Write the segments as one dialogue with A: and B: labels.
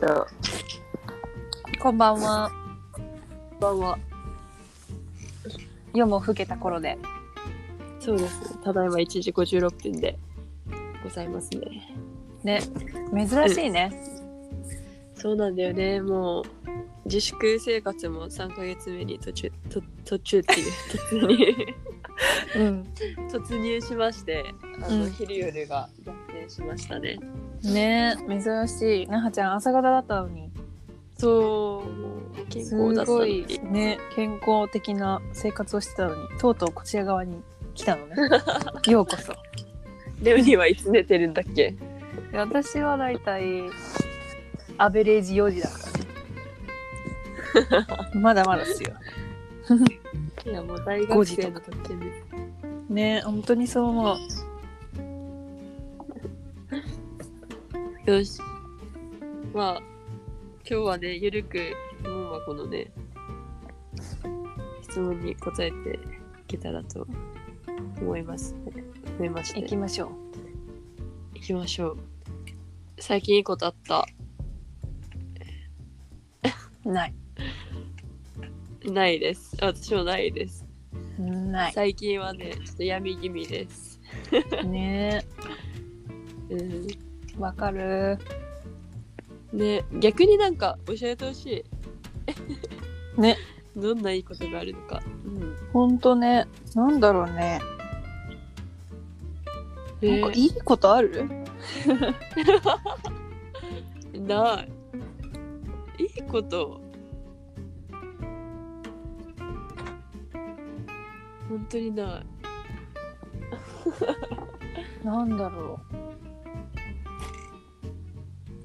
A: と、
B: こんばんは。
A: こんばんは。
B: 夜も更けた頃で。
A: そうです。ただいま1時56分でございますね。
B: ね、珍しいね。
A: そうなんだよね。もう、自粛生活も3ヶ月目に途中、と途中っていう、突入、
B: うん。
A: 突入しまして、あの、
B: うん
A: 昼夜が逆転しましたね。
B: ね、珍しい。なはちゃん朝方だったのに。
A: そう、もう健
B: す
A: 康だったの
B: ごい
A: に。
B: ね、健康的な生活をしてたのに、とうとうこちら側に来たの ね。ようこそ。
A: レオニーはいつ寝てるんだっけ
B: 私はだいたいアベレージ4時だ からね。まだまだですよ。
A: いや、もう大
B: 学
A: 学
B: 生
A: 生
B: の
A: の時に。
B: ね、本当にそう思う。
A: よし。まあ、今日はね、ゆるく質問箱のね、質問に答えていけたらと思います、ね。思いまして。
B: 行
A: い
B: き
A: き
B: ましょう。
A: ましょう。最近いいことあった
B: ない。
A: ないです。私もないです。
B: ない。
A: 最近はね、ちょっと闇気味です。
B: ね、
A: うん。
B: わかる。
A: ね、逆になんか教えてほしい。
B: ね。
A: どんないいことがあるのか。うん。
B: ほんとね、なんだろうね。なんか
A: ね
B: いいことある
A: ない。いいこと。本当にな
B: なんだろう。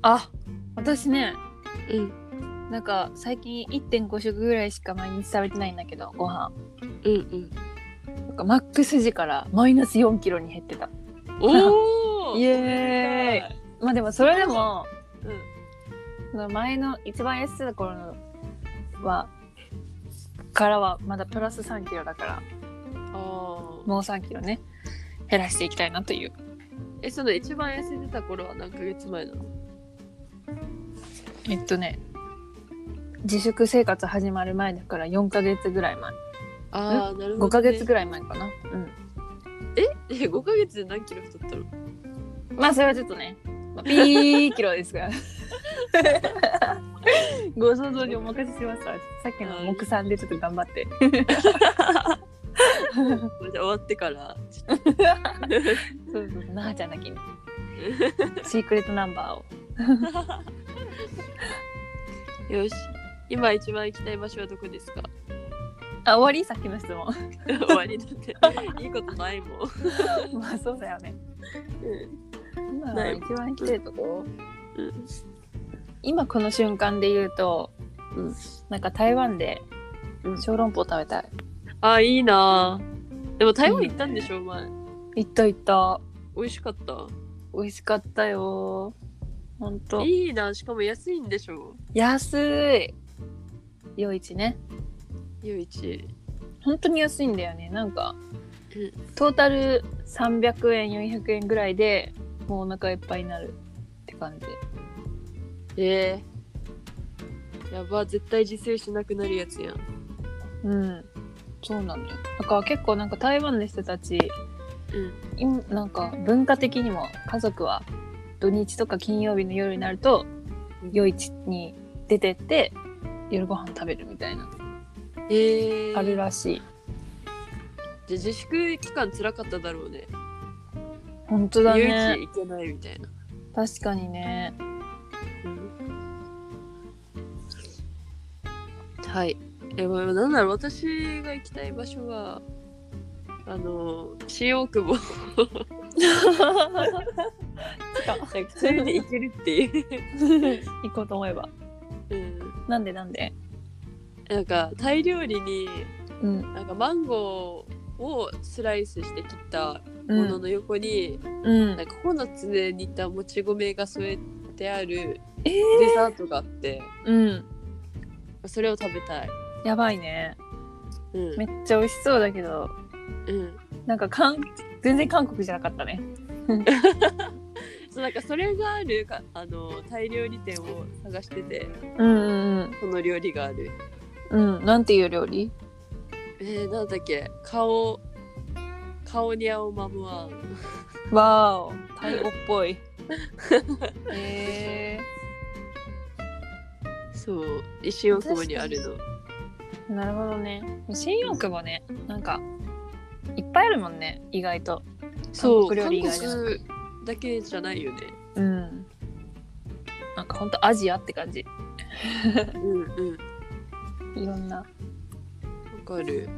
A: あ、
B: 私ね、
A: うん、
B: なんか最近1.5食ぐらいしか毎日食べてないんだけど、ご飯。
A: うん、うん。
B: なんかマックス時からマイナス4キロに減ってた。
A: おお。
B: イエ
A: ーイ。
B: まあでもそれでも、
A: うん、
B: その前の一番安い頃のは、からはまだプラス3キロだから、
A: ああ。
B: もう3キロね、減らしていきたいなという。
A: え、その一番痩せてた頃は何ヶ月前なの。
B: えっとね、自粛生活始まる前だから4ヶ月ぐらい前。
A: ああ、なるほど、ね。
B: 5ヶ月ぐらい前かな。うん。
A: え、五ヶ月で何キロ太ったの。
B: まあそれはちょっとね、まあ、ピーキロです から。ご想像にお任せしますわさっきの目算でちょっと頑張って。
A: これじゃ終わってから。ちょっ
B: そうそうそう、なはちゃんだ けに。シークレットナンバーを。
A: とよし。今一番行きたい場所はどこですか。
B: あ、終わりさっきの質 問。
A: 終わりだって。いいことないも ん。
B: まあそうだよね。
A: うん
B: 今
A: ない
B: 一番行きたいとこ
A: うん。
B: 今この瞬間で言うと、
A: うん
B: なんか台湾で小籠包食べたい。
A: あ、いいなぁでも台湾行ったんでしょ、前。
B: 行った行った。
A: 美味しかった。
B: 美味しかったよ。ほんと。
A: いいなぁしかも安いんでしょ
B: 安い。夜市ね。
A: 夜市。
B: 本当に安いんだよねなんか
A: うん
B: トータル300円400円ぐらいでもうお腹いっぱいになるって感じ
A: ええやば、絶対自炊しなくなるやつやん。
B: うんそうなんだよだから結構なんか台湾の人たち
A: うん。
B: 今なんか文化的にも家族は土日とか金曜日の夜になると夜市に出てって夜ご飯食べるみたいな
A: ええ
B: あるらしい
A: じゃあ自粛期間辛かっただろうね。
B: 本当だ
A: 夜
B: ね
A: 市行けないみたいな。
B: 確かにね
A: はい。え、まあ、なんだろう、私が行きたい場所は、あの、新大久保。なんかそれで行けるって いう。
B: 行こうと思えば
A: うん
B: なんでなんで
A: なんかタイ料理に
B: うん
A: なんかマンゴーをスライスして切った
B: う
A: もの
B: ん
A: の横に、
B: うん
A: なんかココナッツで煮たもち米が添えてある
B: えー
A: デザートがあって、
B: うん。
A: それを食べたい。
B: やばいね。
A: うん
B: めっちゃ美味しそうだけど、
A: うん、
B: なんか韓全然韓国じゃなかったね。
A: そうなんかそれがあるかあのタイ料理店を探してて
B: うんうん
A: この料理がある
B: うん。うん。なんていう料理
A: えー、なんだっけ顔顔に合うマムア ン
B: わーお。タイ語っぽい。 へえ
A: そう石大久保にあるの
B: ー。なるほどね。新大久保ね。なんか、いっぱいあるもんね。意外と。
A: そう
B: 韓
A: 韓国
B: 国料理以外でも
A: だけじゃないよね
B: うん。なんかほんとアジアって感じ。
A: うんうん
B: いろんな。
A: わかる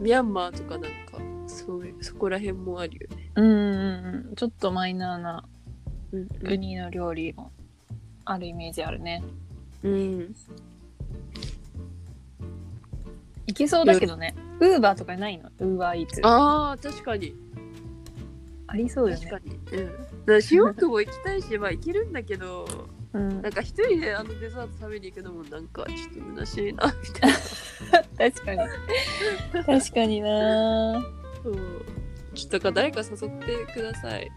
A: ミャンマーとかなんかそういうそこら辺もあるよね
B: うんうんうん。ちょっとマイナーな
A: うん
B: 国の料理もあるイメージあるね。
A: うん
B: いけそうだけどね。ウーバーとかないのウーバーイーツ。あ
A: あー確かに
B: りそうよ
A: 確
B: ね。
A: かにうんだから新大久保行きたいしまあ行けるんだけど
B: うん
A: なんか一人であのデザート食べに行くのもなんかちょっと虚しいなみたいな
B: 確かに。確かにな。
A: そうちょっとか誰か誘ってください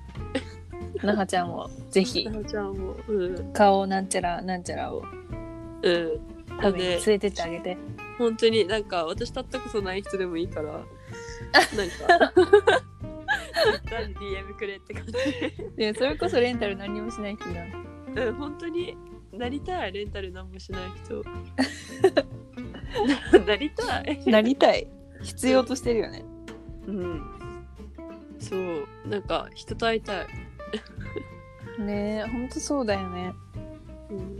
B: なはちゃんもぜひ
A: なおちゃんもうん
B: 顔なんちゃらなんちゃらを
A: うん
B: 食べに連れてってあげて。
A: 本当になんか私たったことない人でもいいから なんか Twitter に DM くれって感じ
B: でそれこそレンタル何もしない人じゃん。
A: うん本当になりたいレンタル何もしない 人なりたい
B: なりたい。必要としてるよね。
A: うんそうなんか人と会いたい、
B: ねえ、ほんとそうだよね。
A: うん、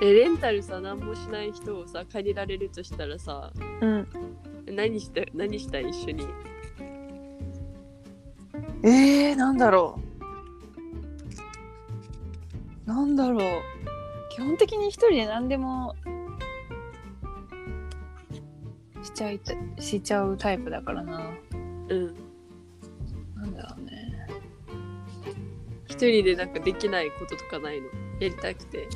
A: えレンタルさ何もしない人をさ借りられるとしたらさ
B: うん。
A: 何した何したい一緒に
B: えー、なんだろう。なんだろう。基本的に一人で何でもしちゃいたしちゃうタイプだからな。
A: うん
B: なんだろうね。
A: 一人でなんかできないこととかないのやりたくて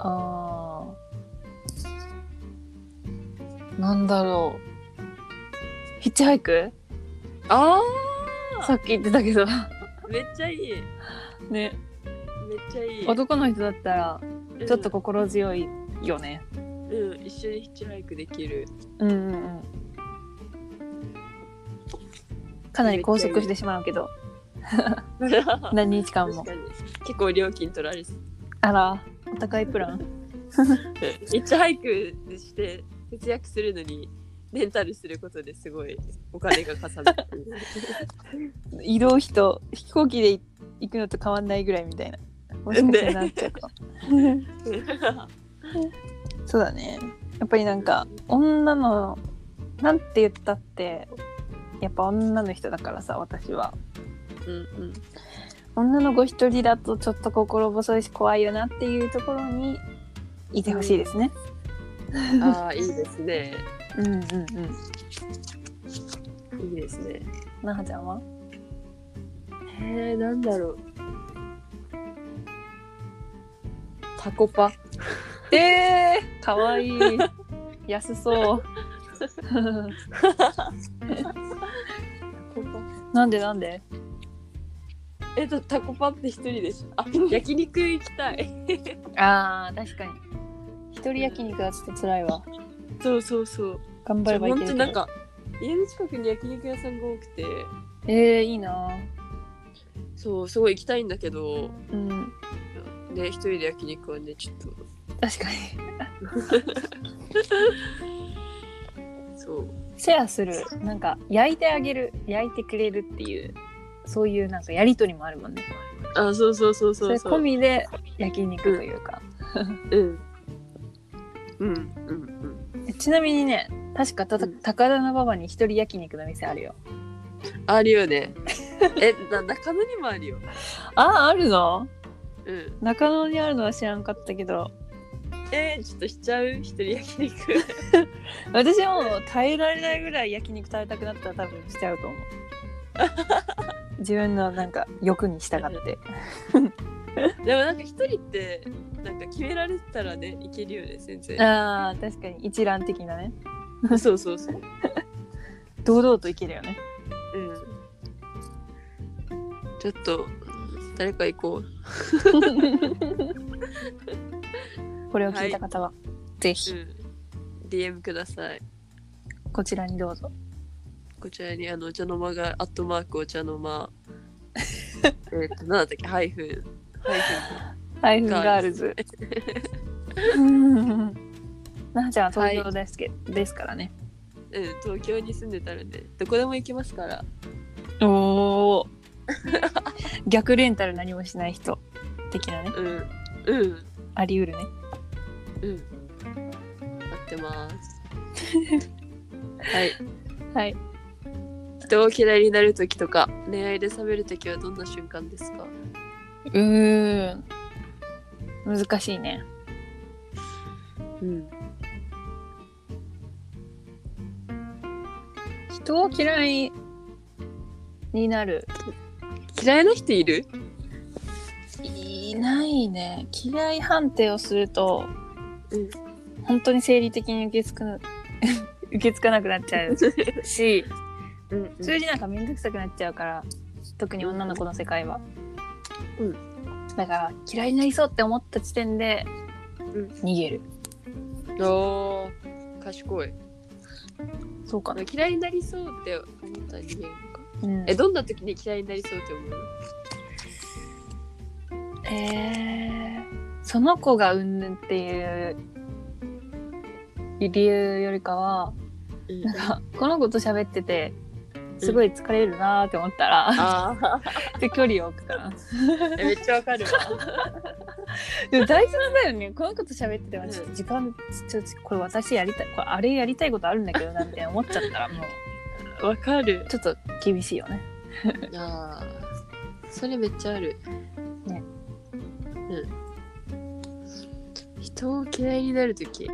B: あーなんだろう。ヒッチハイク
A: あ
B: さっき言ってたけど。
A: あめっちゃいいめっ
B: ね。
A: ちゃいい
B: 男の人だったら
A: うん
B: ちょっと心強いよね。
A: うん一緒にヒッチハイクでき る
B: うんうんうん。かなり拘束してしまうけど、何日間
A: 確
B: も
A: か。に結構料金取られて
B: あら、お高いプラン。
A: ヒッチハイクして節約するのにレンタルすることですごいお金がかさむ
B: 移動費と飛行機でい行くのと変わんないぐらいみたいな。もしかしたらなっちゃうかも。そうだね。やっぱりなんか、女の、なんて言ったって、やっぱ女の人だからさ、私は。
A: うんうん
B: 女の子一人だとちょっと心細いし怖いよなっていうところにいてほしいですね。
A: ああいいですね
B: うんうんうん。
A: いいですね
B: なはちゃんは
A: へえなんだろう
B: タコパ。えー、かわい い。安そう。 なんでなんで
A: えっとタコパって一人でしょあ焼肉行きたい
B: あー、確かに。一人焼肉はちょっと辛いわ。
A: そうそうそう
B: 頑張
A: ほ
B: ればいけ
A: ん
B: るけ
A: と
B: ど。
A: なんか家の近くに焼肉屋さんが多くて
B: えー、いいな
A: そうすごい行きたいんだけど
B: うん。
A: ね一人で焼肉はねちょっと
B: 確かに
A: そう
B: シェアするなんか焼いてあげる焼いてくれるっていうそういうなんかやりとりもあるもんね
A: あそうそうそうそう
B: そうれ込みで焼肉というか、
A: うんうんうん
B: えちなみにね確かたた
A: うん
B: 高田馬場に一人焼肉の店あるよ
A: うんあるよねえな中野にもあるよ
B: ああるの
A: うん
B: 中野にあるのは知らんかったけど
A: えー、ちょっとしちゃう一人焼肉
B: 私もう耐えられないぐらい焼肉食べたくなったら多分しちゃうと思う自分のなんか欲に従って
A: でもなんか一人ってなんか決められたらねいけるよね全然
B: あー確かに一覧的なね
A: そうそうそう
B: 堂々といけるよね
A: うん。ちょっと、誰か行こ
B: これを聞いた方は、ぜひ
A: う。うん。DM ください。
B: こちらにどうぞ。
A: こちらに、あの、お茶の間が、アットマークお茶の 間。えっと、なんだったっけ、ハイフン。ハイ
B: ハイフンガ
A: ガ
B: ー
A: ー
B: ル
A: ル
B: ズ。うん なあちゃんは東京ですけ、ですからね。
A: フン。うん、東京に住んでたらね、どこでも行きますから。
B: おお。 逆レンタル何もしない人的なね。
A: うん。うん。
B: あり得るね。
A: うん。待って ます。はい。
B: はい。
A: 人を嫌いになるときとか、恋愛で冷めるときはどんな瞬間ですか
B: うーん。難しいね。
A: うん。
B: 人を嫌いになる。
A: 嫌いな人いる
B: いないね。嫌い判定をすると、
A: うん
B: 本当に生理的に受け付かな 受け付かなくなっち ゃうし、
A: うん、
B: 普通になんか面倒くさくなっちゃうから特に女の子の世界は、
A: う
B: だから嫌いになりそうって思った時点で、
A: ん
B: 逃げる
A: おー賢い
B: そうか、
A: 嫌いになりそうって思ったら逃げるのか
B: うん、
A: えどんな時に嫌いになりそうって思う
B: えーその子がうんぬんっていう理由よりかは
A: うん
B: なんかこの子と喋っててすごい疲れるなーって思った ら、
A: あ
B: で距離を置くかな
A: あめっちゃわかるわ
B: でも大切だよねこの子と喋っててもちょっと時間ちょっとこれ私やりたいこれあれやりたいことあるんだ けどなみたいな思っちゃったらもう
A: わかる
B: ちょっと厳しいよね。
A: ああそれめっちゃある
B: ね
A: うん人を嫌いになる時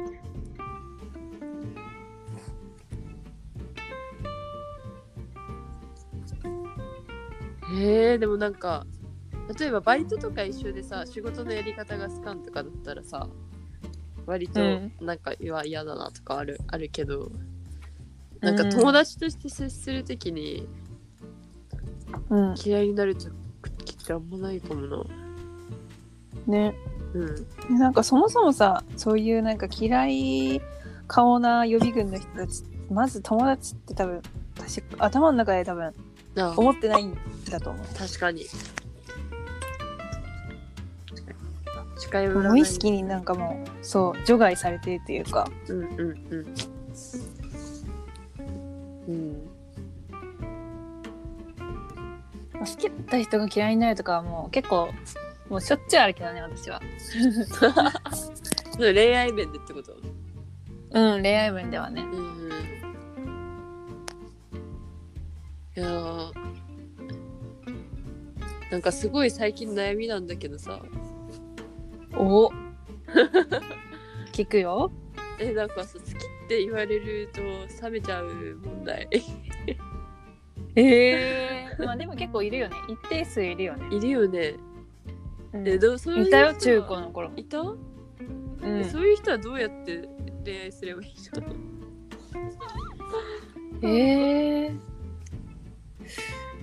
A: えー、でもなんか例えばバイトとか一緒でさ仕事のやり方が好かんとかだったらさ割と
B: うん
A: なんか、うわ嫌だなとかあるあるけどなんか友達として接するときに、
B: うん、
A: 嫌いになる時ってあんまないかもな。
B: ね。
A: うん。
B: なんかそもそもさ、そういうなんか嫌い顔な予備軍の人たち、まず友達って多分、私頭の中で多分
A: あ
B: 思ってないんだと思。
A: 確かに。近いう
B: 無意識になんかもう、そう、除外されてるというか。
A: うんうんうん。うん。
B: 好きだった人が嫌いになるとかはもう結構、もうしょっちゅうあるけどね、私は。
A: それ恋愛面でってこと
B: うん、恋愛面ではね。
A: うん。いやーなんかすごい最近悩みなんだけどさ。
B: お聞くよ。
A: え、なんかさ、好きって言われると冷めちゃう問題。
B: ええまあでも結構いるよね。一定数いるよね。
A: いるよね。
B: うん
A: え、どうそういう
B: いたよ
A: 人
B: 中
A: は
B: 高の頃、
A: いた、
B: う
A: えそういう人はどうやって恋愛すればいいの
B: えー、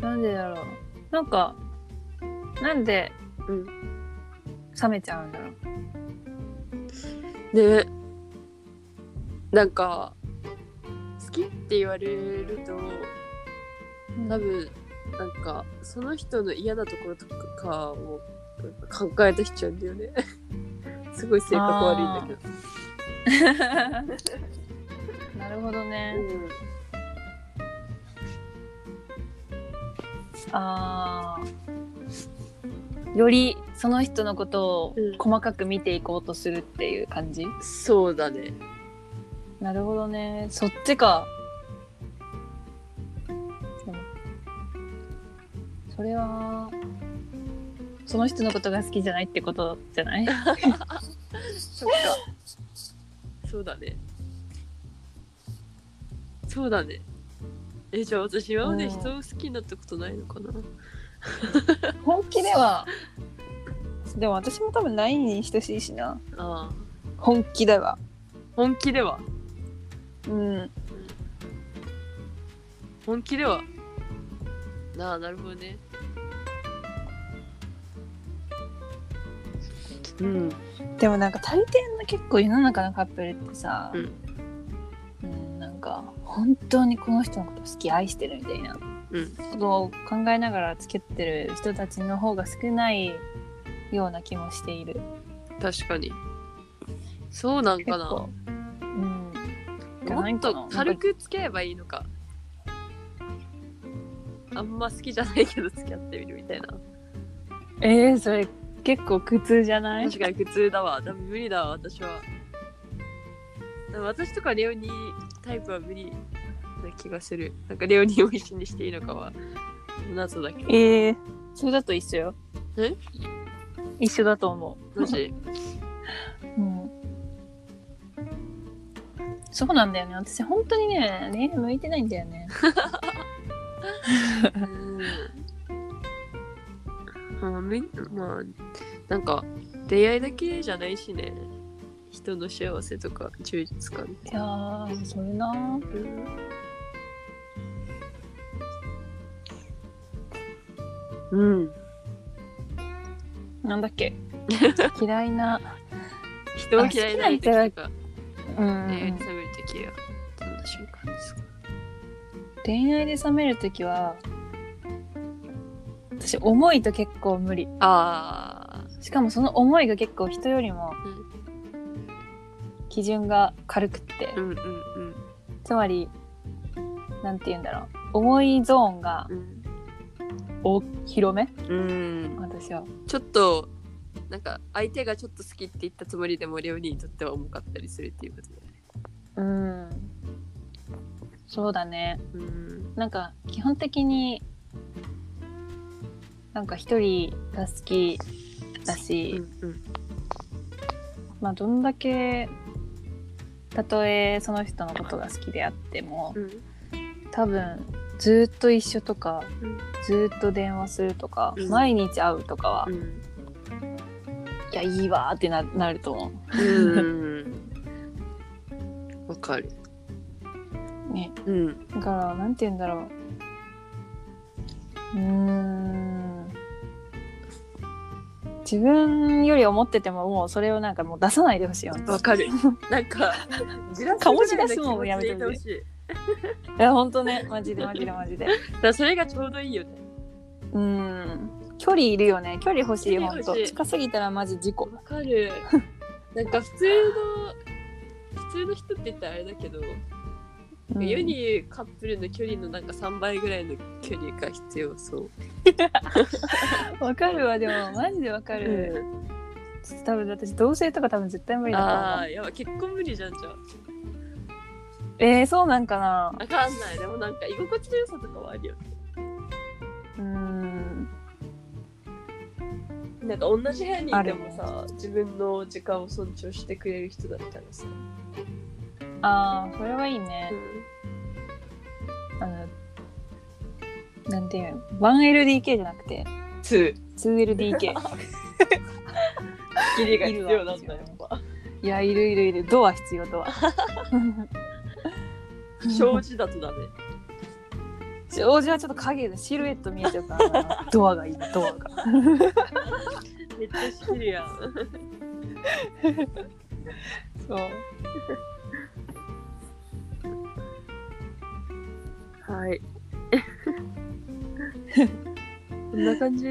B: なんでだろうなんかなんで、
A: うん
B: 冷めちゃうんだろ う
A: ねなんか好きって言われると多分なんかその人の嫌なところとかを考え出しちゃうんだよね すごい性格悪いんだけど、
B: なるほどね
A: うん、
B: あーよりその人のことを
A: うん
B: 細かく見ていこうとするっていう感じ、
A: そうだね
B: なるほどねそっちかでもそれはその人のことが好きじゃないってことじゃない
A: そっかそうだねそうだねえじゃあ私今まで人を好きになったことないのかな、
B: 本気ではでも私も多分ないに等しいしな
A: ああ
B: 本気では
A: 本気では
B: うん
A: 本気ではなあなるほどねうん
B: でもなんか大抵の結構世の中のカップルってさ、
A: うん
B: うんなんか本当にこの人のこと好き愛してるみたいな
A: うん
B: ことを考えながら付き合ってる人たちの方が少ないような気もしている。
A: 確かにそうなんか
B: 結
A: な
B: 構うん、じゃな
A: も
B: い
A: っ
B: かな
A: と軽く付き合えばいいのかあんま好きじゃないけど付き合ってみるみたいな
B: えー、それ結構苦痛じゃない
A: 確かに苦痛だわ多分無理だわ私はでも私とかレオニータイプは無理な気がするなんかレオニーを一緒にしていいのかは謎だけど
B: えー、それだと一緒よ。
A: え
B: 一緒だと思
A: マジ
B: う。うん、そうなんだよね。私本当にね、恋愛向いてないんだよね。
A: まあ、 みまあ、なんか出会いだけじゃないしね人の幸せとか充実感
B: いやー、それな。
A: うん
B: なんだっけ 嫌いな。
A: 人を嫌いな相手とか
B: う
A: 恋愛
B: ん
A: に。冷めるときはどんな瞬間ですか
B: 恋愛で冷めるときは、私、思いと結構無理。
A: あ
B: しかもその思いが結構人よりも
A: う、
B: 基準が軽くって
A: あう。んうんうん
B: つまり、なんて言うんだろう。思いゾーンが
A: うん
B: お広め
A: うん
B: 私は。
A: ちょっとなんか相手がちょっと好きって言ったつもりでもレオニーにとっては重かったりするっていうことで
B: うん。そうだね。
A: うん
B: なんか基本的になんか一人が好きだ
A: う
B: し、
A: んうん
B: まあどんだけたとえその人のことが好きであっても
A: うん
B: 多分ずっと一緒とか、
A: うん
B: ずっと電話するとか、
A: うん
B: 毎日会うとかは、
A: う
B: い
A: ん
B: やいいわーってななると思
A: うんわかる
B: う。ね、
A: うん
B: だからなんて言うんだろううーん自分より思っててももうそれをなんかもう出さないでほしいよ
A: わかるなんかじら
B: 醸し出すのもやめてほ
A: ほ
B: しい
A: しい
B: いやほんとねマジでマジでマジで
A: だからそれがちょうどいいよね。
B: うーん距離いるよね距離欲しい
A: 距
B: ほ
A: 離
B: ん
A: 欲しい
B: と近すぎたらマジ事故
A: わかる。なんか普通の普通の人って言ったらあれだけど、
B: うん
A: 世に言うカップルの距離のなんか3倍ぐらいの距離が必要そう。
B: わかるわでもマジでわかる、ちょっと多分私同性とか多分絶対無理
A: あ
B: だ
A: あ、やばい結婚無理じゃんじゃん。
B: と思うえー、そうなんかな
A: わかんない。でもなんか居心地の良さとかはあるよ。
B: うーん
A: なんか同じ部屋にい
B: あ
A: て
B: る
A: もさ、自分の時間を尊重してくれる人だったらさ。
B: ああそれはいいね
A: う
B: あの、なんていうの 1LDK じゃなくて
A: ん。2、
B: 2LDK。
A: ギリが必要なんだよ。やっぱ
B: いや、いるいるいる。ドア必要、ドア。
A: 障子だとダメ。
B: 障子はちょっと影でシルエット見えちゃうからな、ドアがいい、ドアが。
A: めっちゃ仕切るやん。
B: そう。
A: はい。こんな感じ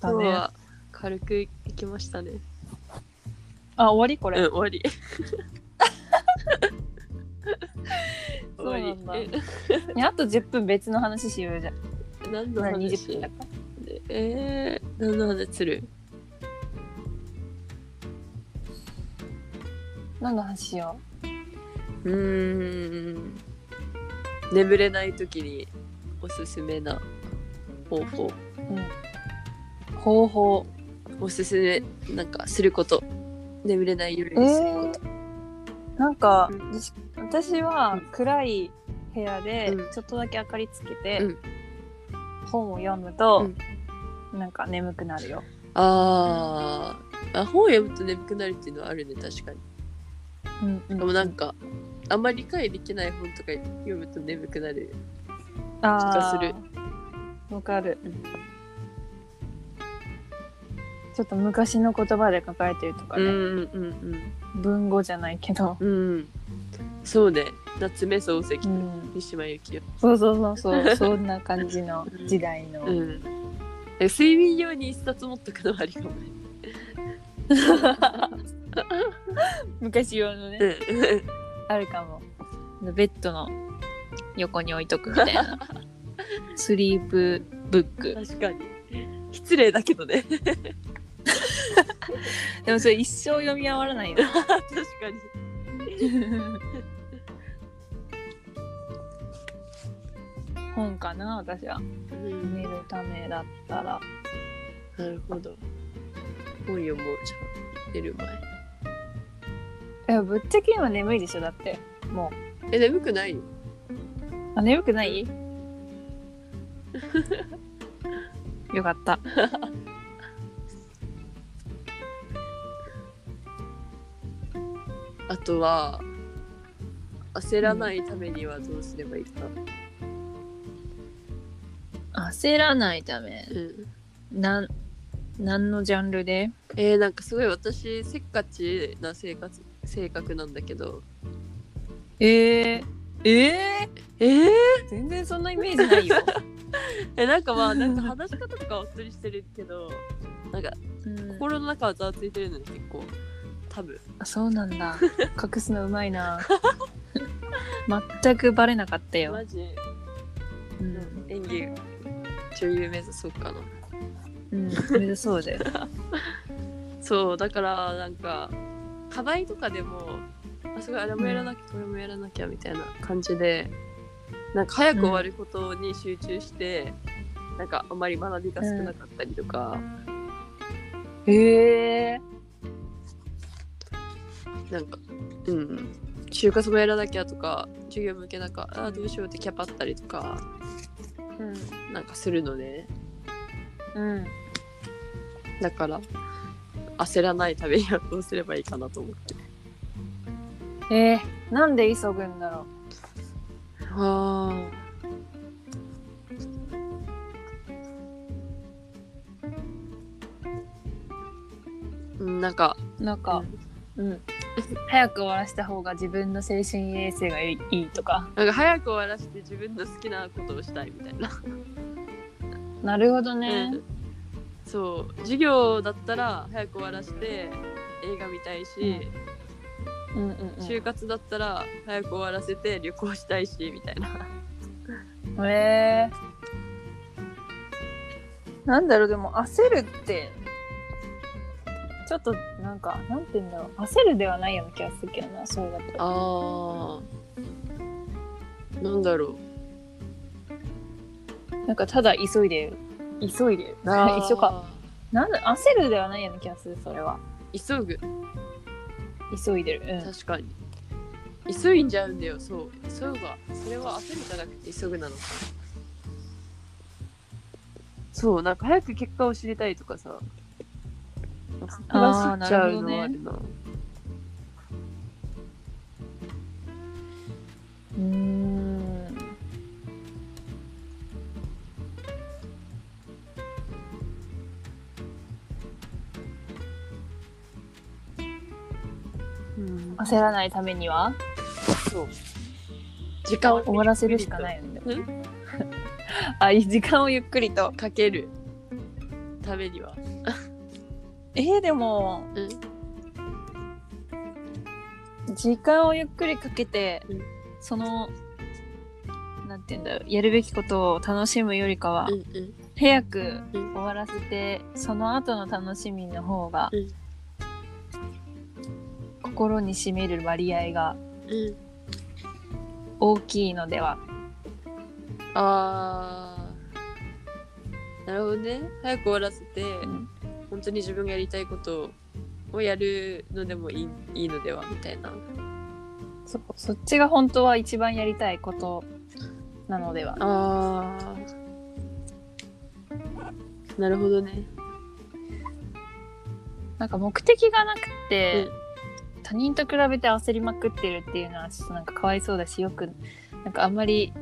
B: だ
A: 今日
B: ね。
A: は軽くいきましたね。
B: あ、終わりこ
A: うん、
B: れ。
A: 終わ り。終わ
B: そう
A: り
B: なんだ。いやあと10分別の話しようじゃん。
A: え何の
B: 何
A: 話
B: 20分だから。
A: えー、何の話する
B: 何の話しよ
A: うーん。眠れない時におすすめな方法。
B: う。うん。方法。
A: おすすめ、なんかすること。眠れない夜
B: え
A: にするこ
B: ー、なんか、
A: うん
B: じ私は暗い部屋で
A: うん
B: ちょっとだけ明かりつけて、
A: うん
B: 本を読むと、なんか眠くなるよ。
A: と。あーあ、本を読むと眠くなるっていうのはあるね、確かに。
B: うんう
A: でもなんか、あんまり理解できない本とか読むと眠くなるがする
B: ーわかる、ちょっと昔の言葉で書かれてるとか
A: う
B: ね、
A: んうんうん
B: 文語じゃないけど、
A: うんうんそうね夏目漱石
B: う
A: と
B: ん、
A: 三島由紀夫
B: そうそうそう そうそんな感じの時代の、
A: うんえ睡眠用に一冊持っとくのはありかもね
B: 昔用のね、
A: うん
B: あるかもベッドの横に置いとくみた いなスリープブック
A: 確かに失礼だけ どね
B: でもそれ一生読み終わらない よ
A: 確かに
B: 本かな私は
A: うん
B: 見るためだったら
A: なるほど本読もうじゃあ寝る前
B: いやぶっちゃけ今眠いでしょだっても
A: え眠くないよ
B: うあ眠くない よかった
A: あとは焦らないためにはどうすればいいか、
B: 焦らないため
A: うん、
B: なん何のジャンルで
A: えー、なんかすごい私せっかちな生活性格なんだけど
B: えー、え
A: えー、
B: ー、全然そんなイメージないよ、
A: えなんかまあなんか話し方とかはおっとりしてるけどなんか
B: うん、
A: 心の中はざわついてるのに結構多分
B: あそうなんだ隠すのうまい な全くバレなかったよ、
A: マジ、
B: うん
A: 演技女優目指そうかな
B: うん、目指そうで
A: そうだからなんか課題とかでもあすごいあれもやらなきゃこれもやらなきゃみたいな感じでなんか早く終わることに集中して、なんかあんまり学びが少なかったりとか、
B: へえ
A: なんかうん就活もやらなきゃとか授業向けなんかあーどうしようってキャパったりとかなんかするのね
B: うん、うん、
A: だから焦らないためにはどうすればいいかなと思って
B: えー、なんで急ぐんだろ
A: ああ。なんか、
B: うなんか、うん早く終わらせた方が自分の精神衛生がいいいいとか
A: なんか早く終わらせて自分の好きなことをしたいみたいな。
B: なるほどね、
A: そう、授業だったら早く終わらせて映画見たいし、
B: うん、うんうん
A: 就活だったら早く終わらせて旅行したいしみたいな。
B: へえなんだろうでも焦るってちょっとなんかなんて言うんだろう焦るではないような気がするけどなそれだと
A: ああ。なんだろ
B: なんかただ急いでる急いでる
A: う。
B: 一緒か。なんだ焦るではないような気がするそれは
A: 急ぐ。
B: 急いでるうん
A: 確かに急いんじゃうんだよそう急ぐがそれは焦るじゃなくて急ぐなのかそうなんか早く結果を知りたいとかさ
B: あー
A: 話しちゃうのはあ
B: なる
A: るな
B: うーん
A: うん
B: 焦らないためには
A: そう時間を
B: 終わらせるしかないいんだよ あいい時間をゆっくりと
A: かけるためには
B: えー、でも、時間をゆっくりかけて、
A: うん
B: そのなんて言うんだろうやるべきことを楽しむよりかは、
A: うんうん
B: 早く
A: うん
B: 終わらせてその後の楽しみの方が、
A: うん
B: 心に占める割合が
A: うん
B: 大きいのでは
A: あーなるほどね早く終わらせて、
B: ん
A: 本当に自分がやりたいことをやるのでもいいいいのではみたいな
B: そそっちが本当は一番やりたいことなのでは
A: あーなるほどね
B: なんか目的がなくて、他人と比べて焦りまくってるっていうのはちょっとなんかかわいそうだしよくなんかあんまり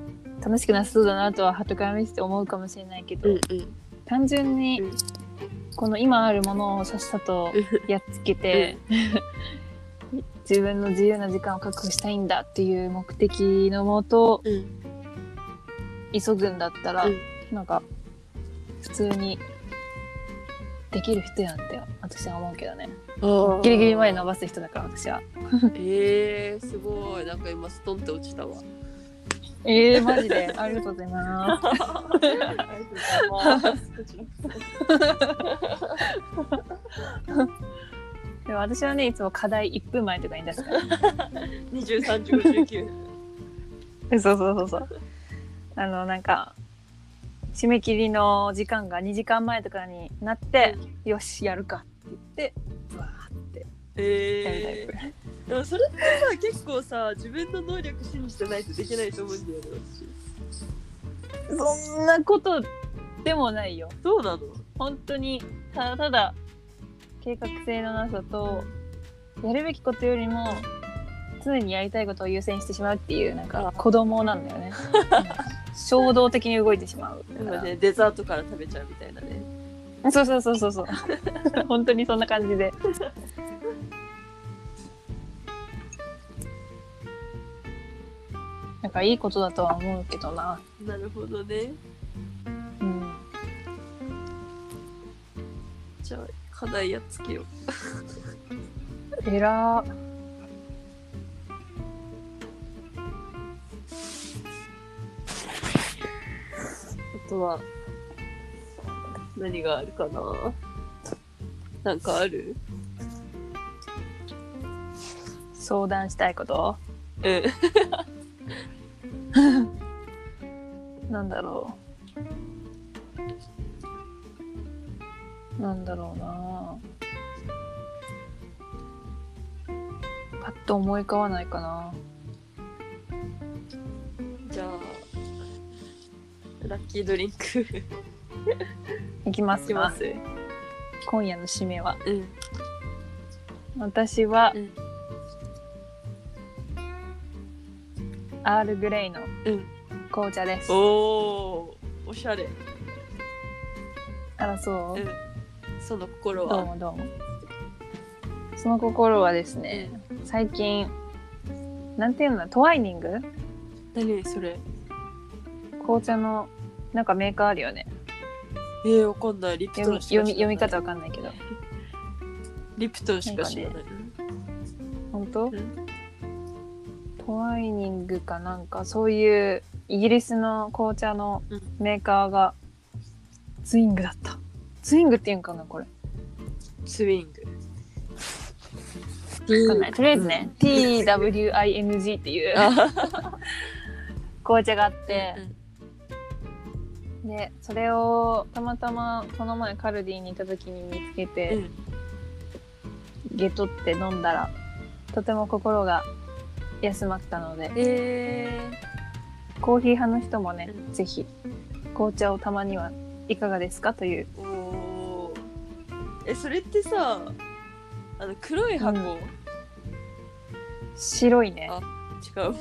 B: 楽しくなさそうだなとは後から見てて思うかもしれないけど、
A: うん
B: 単純に
A: うん
B: この今あるものをさっさとやっつけて、自分の自由な時間を確保したいんだっていう目的のもと
A: うんうん
B: 急ぐんだったら、
A: うん
B: なんか普通にできる人やんって私は思うけどね
A: あー
B: ギリギリまで伸ばす人だから私は
A: えー、すごいなんか今ストンって落ちたわ
B: えー、マジで ありがとうござい
A: あ
B: ま
A: りが とうございますこちらこそ
B: すでも私はねいつも課題1分前とかに出すから
A: 23時59
B: そうそうそうそうあのなんか締め切りの時間が2時間前とかになって、よしやるかって言ってわーってやるタイ
A: えー、
B: プ、
A: でもそれってさ結構さ自分の能力信じてないとできないと思うんだよね私
B: そんなことでもないよ
A: どうなの
B: 本当にただただ計画性のなさとやるべきことよりも常にやりたいことを優先してしまうっていうなんか子供なんだ よねうん衝動的に動いてしまうだ
A: 今
B: か
A: ねデザートから食べちゃうみたいなね
B: らそうそうそうそうそう本当にそんな感じでなんかいいことだとは思うけどな
A: なるほどね
B: うん
A: じゃあ課題やっつけよう
B: えらー
A: あとは何があるかななんかある
B: 相談したいこと
A: うん
B: なんだろう。なんだろうなパッと思い浮かばないかな。
A: じゃあラッキードリンク い
B: いきます
A: き
B: か
A: ます
B: 今夜の締めは。
A: うん
B: 私は、
A: うん
B: アールグレイの
A: うん
B: 紅茶です。
A: おおおしゃれ
B: あら、そう、
A: うんその心
B: どう
A: は
B: もどうも。その心はですね、最近、なんていうの、トワイニング
A: 何それ
B: 紅茶のなんかメーカーあるよね
A: えー、わかんないリプト
B: 読
A: ン
B: み
A: し
B: 読
A: か
B: み
A: 知らな
B: 読み
A: い
B: 方わかんないけど
A: リプトンしか知らない
B: 本当、
A: ん
B: トワイニングかなんかそういうイギリスの紅茶の
A: うん
B: メーカーがツイングだったツイングっていうんかなこれ
A: スウィング
B: わかんないとりあえずね、TWING っていう
A: あ
B: 紅茶があって
A: う、ん
B: でそれをたまたまこの前カルディに行った時に見つけて、
A: うん
B: ゲトって飲んだらとても心が休まったので
A: え
B: コーヒー派の人もね、
A: う
B: ぜひ紅茶をたまにはいかがですかという
A: ー、おーえそれってさあの黒い箱、
B: うん
A: 違
B: 白いね
A: あう わ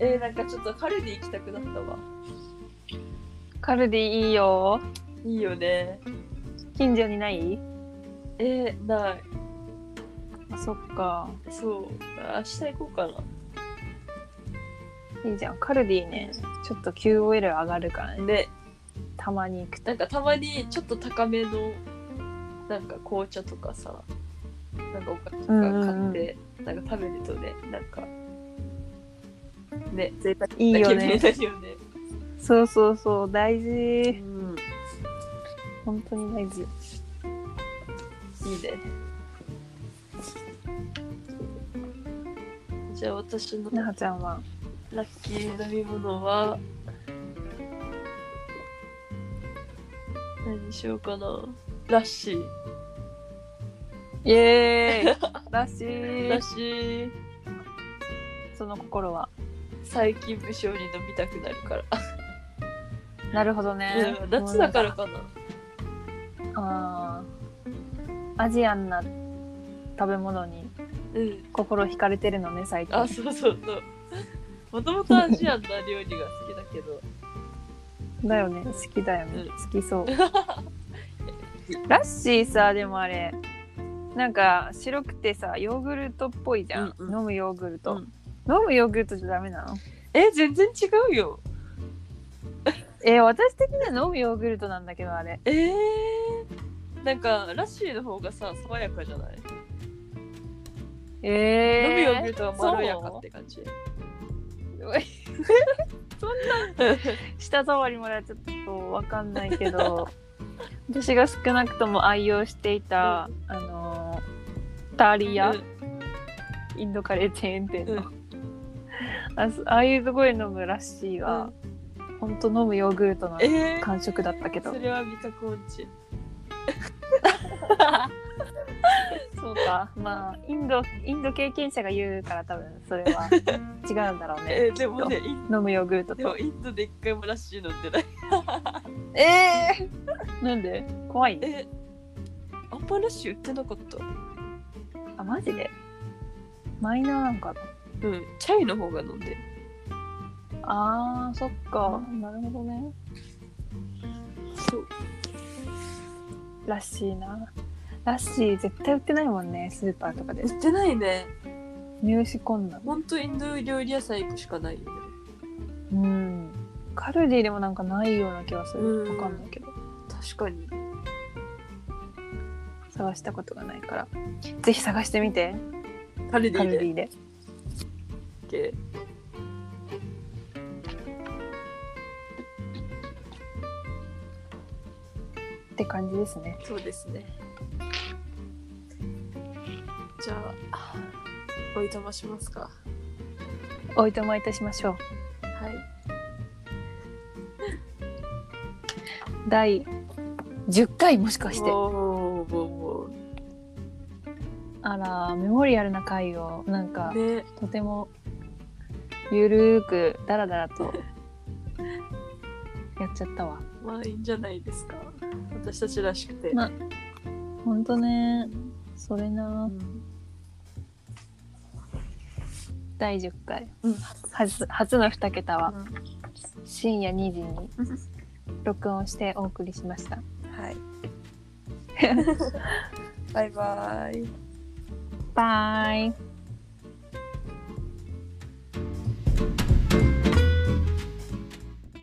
A: えー、なんかちょっとカルディ行きたくなったわ
B: カルディいいよ
A: いいよね
B: 近所にない
A: えー、ない
B: あそっか
A: そう明日行こうか
B: いいじゃんカルディねちょっと QOL 上がるから
A: な
B: ね
A: ね
B: たまに行くと
A: なんかたまにちょっと高めのなんか紅茶とかさなんかお菓子とか買って、なんか食べるとねなんかね贅沢
B: いいよ
A: な
B: ね
A: 気分になるよね
B: そうそうそう大
A: う
B: 事
A: ん
B: 本当に大事
A: いいね。じゃあ私の
B: なはちゃんは
A: ラッキー飲み物は何にしようかなラッシー
B: イ エーイらし
A: ラッ
B: い
A: シー
B: その心は
A: 最近無性に飲みたくなるから、
B: なるほどね
A: うん夏だからかな
B: あーアジアンな食べ物に
A: うん
B: 心惹かれてるのね最
A: あ
B: 近
A: そうそうそうもともとアジアンな料理が好きだけど
B: だよね好きだよね
A: うん
B: 好き そうラッシーさでもあれなんか白くてさヨーグルトっぽいじゃん、
A: うんうん
B: 飲むヨーグルト、
A: うん
B: 飲むヨーグルトじゃダメなの
A: え全然違うよ
B: えー私的には飲むヨーグルトなんだけどあれ
A: えー、なんかラッシーの方がさ爽やかじゃない、
B: えー、
A: 飲むヨーグルトはまろやかって感じ
B: そうそんな 舌触りもらちょっとわかんないけど 私が少なくとも愛用していた、あのータリア、
A: うん
B: インドカレーチェーン店の、
A: うん
B: あそああいうとこで飲むラッシーは、ほんと飲むヨーグルトの
A: えー、
B: 感触だったけど
A: それは味覚音痴
B: そうかまあインドインド経験者が言うから多分それ は違うんだろうね
A: えー、でもねイン
B: 飲むヨーグルト
A: でも
B: と
A: インドで一回もラッシー飲んでない
B: ええ なんで怖い
A: えあんまラッシー売ってなかった
B: あマジでマイナーなんかな
A: うんチャイの方が飲んで
B: あーそっかなるほどね
A: そう
B: らしいなラッシー絶対売ってないもんねスーパーとかで
A: 売ってないね
B: 入手困難
A: ほんとインド料理屋さん行くしかないよね
B: うんカルディでもなんかないような気がする
A: うん
B: わかんないけど
A: 確かに
B: 探したことがないからぜひ探してみて
A: カルデ
B: カ
A: ィ
B: ルデ
A: で
B: ィで
A: 系
B: って感じですね
A: そうですねじゃあおいとましますか
B: おいとまいたしましょう
A: はい
B: 第10回もしかして
A: おーおー
B: あらメモリアルな回をなん
A: お
B: か
A: ーね
B: とてもゆるーくダラダ ラとやっちゃったわ
A: まあいいんじゃないですか私たちらしくて、
B: まほんとねそれな
A: うん
B: 第10回、
A: うん
B: 初初の2桁は
A: うん
B: 深夜2時に録音してお送りしました
A: はい バイバイ
B: バイ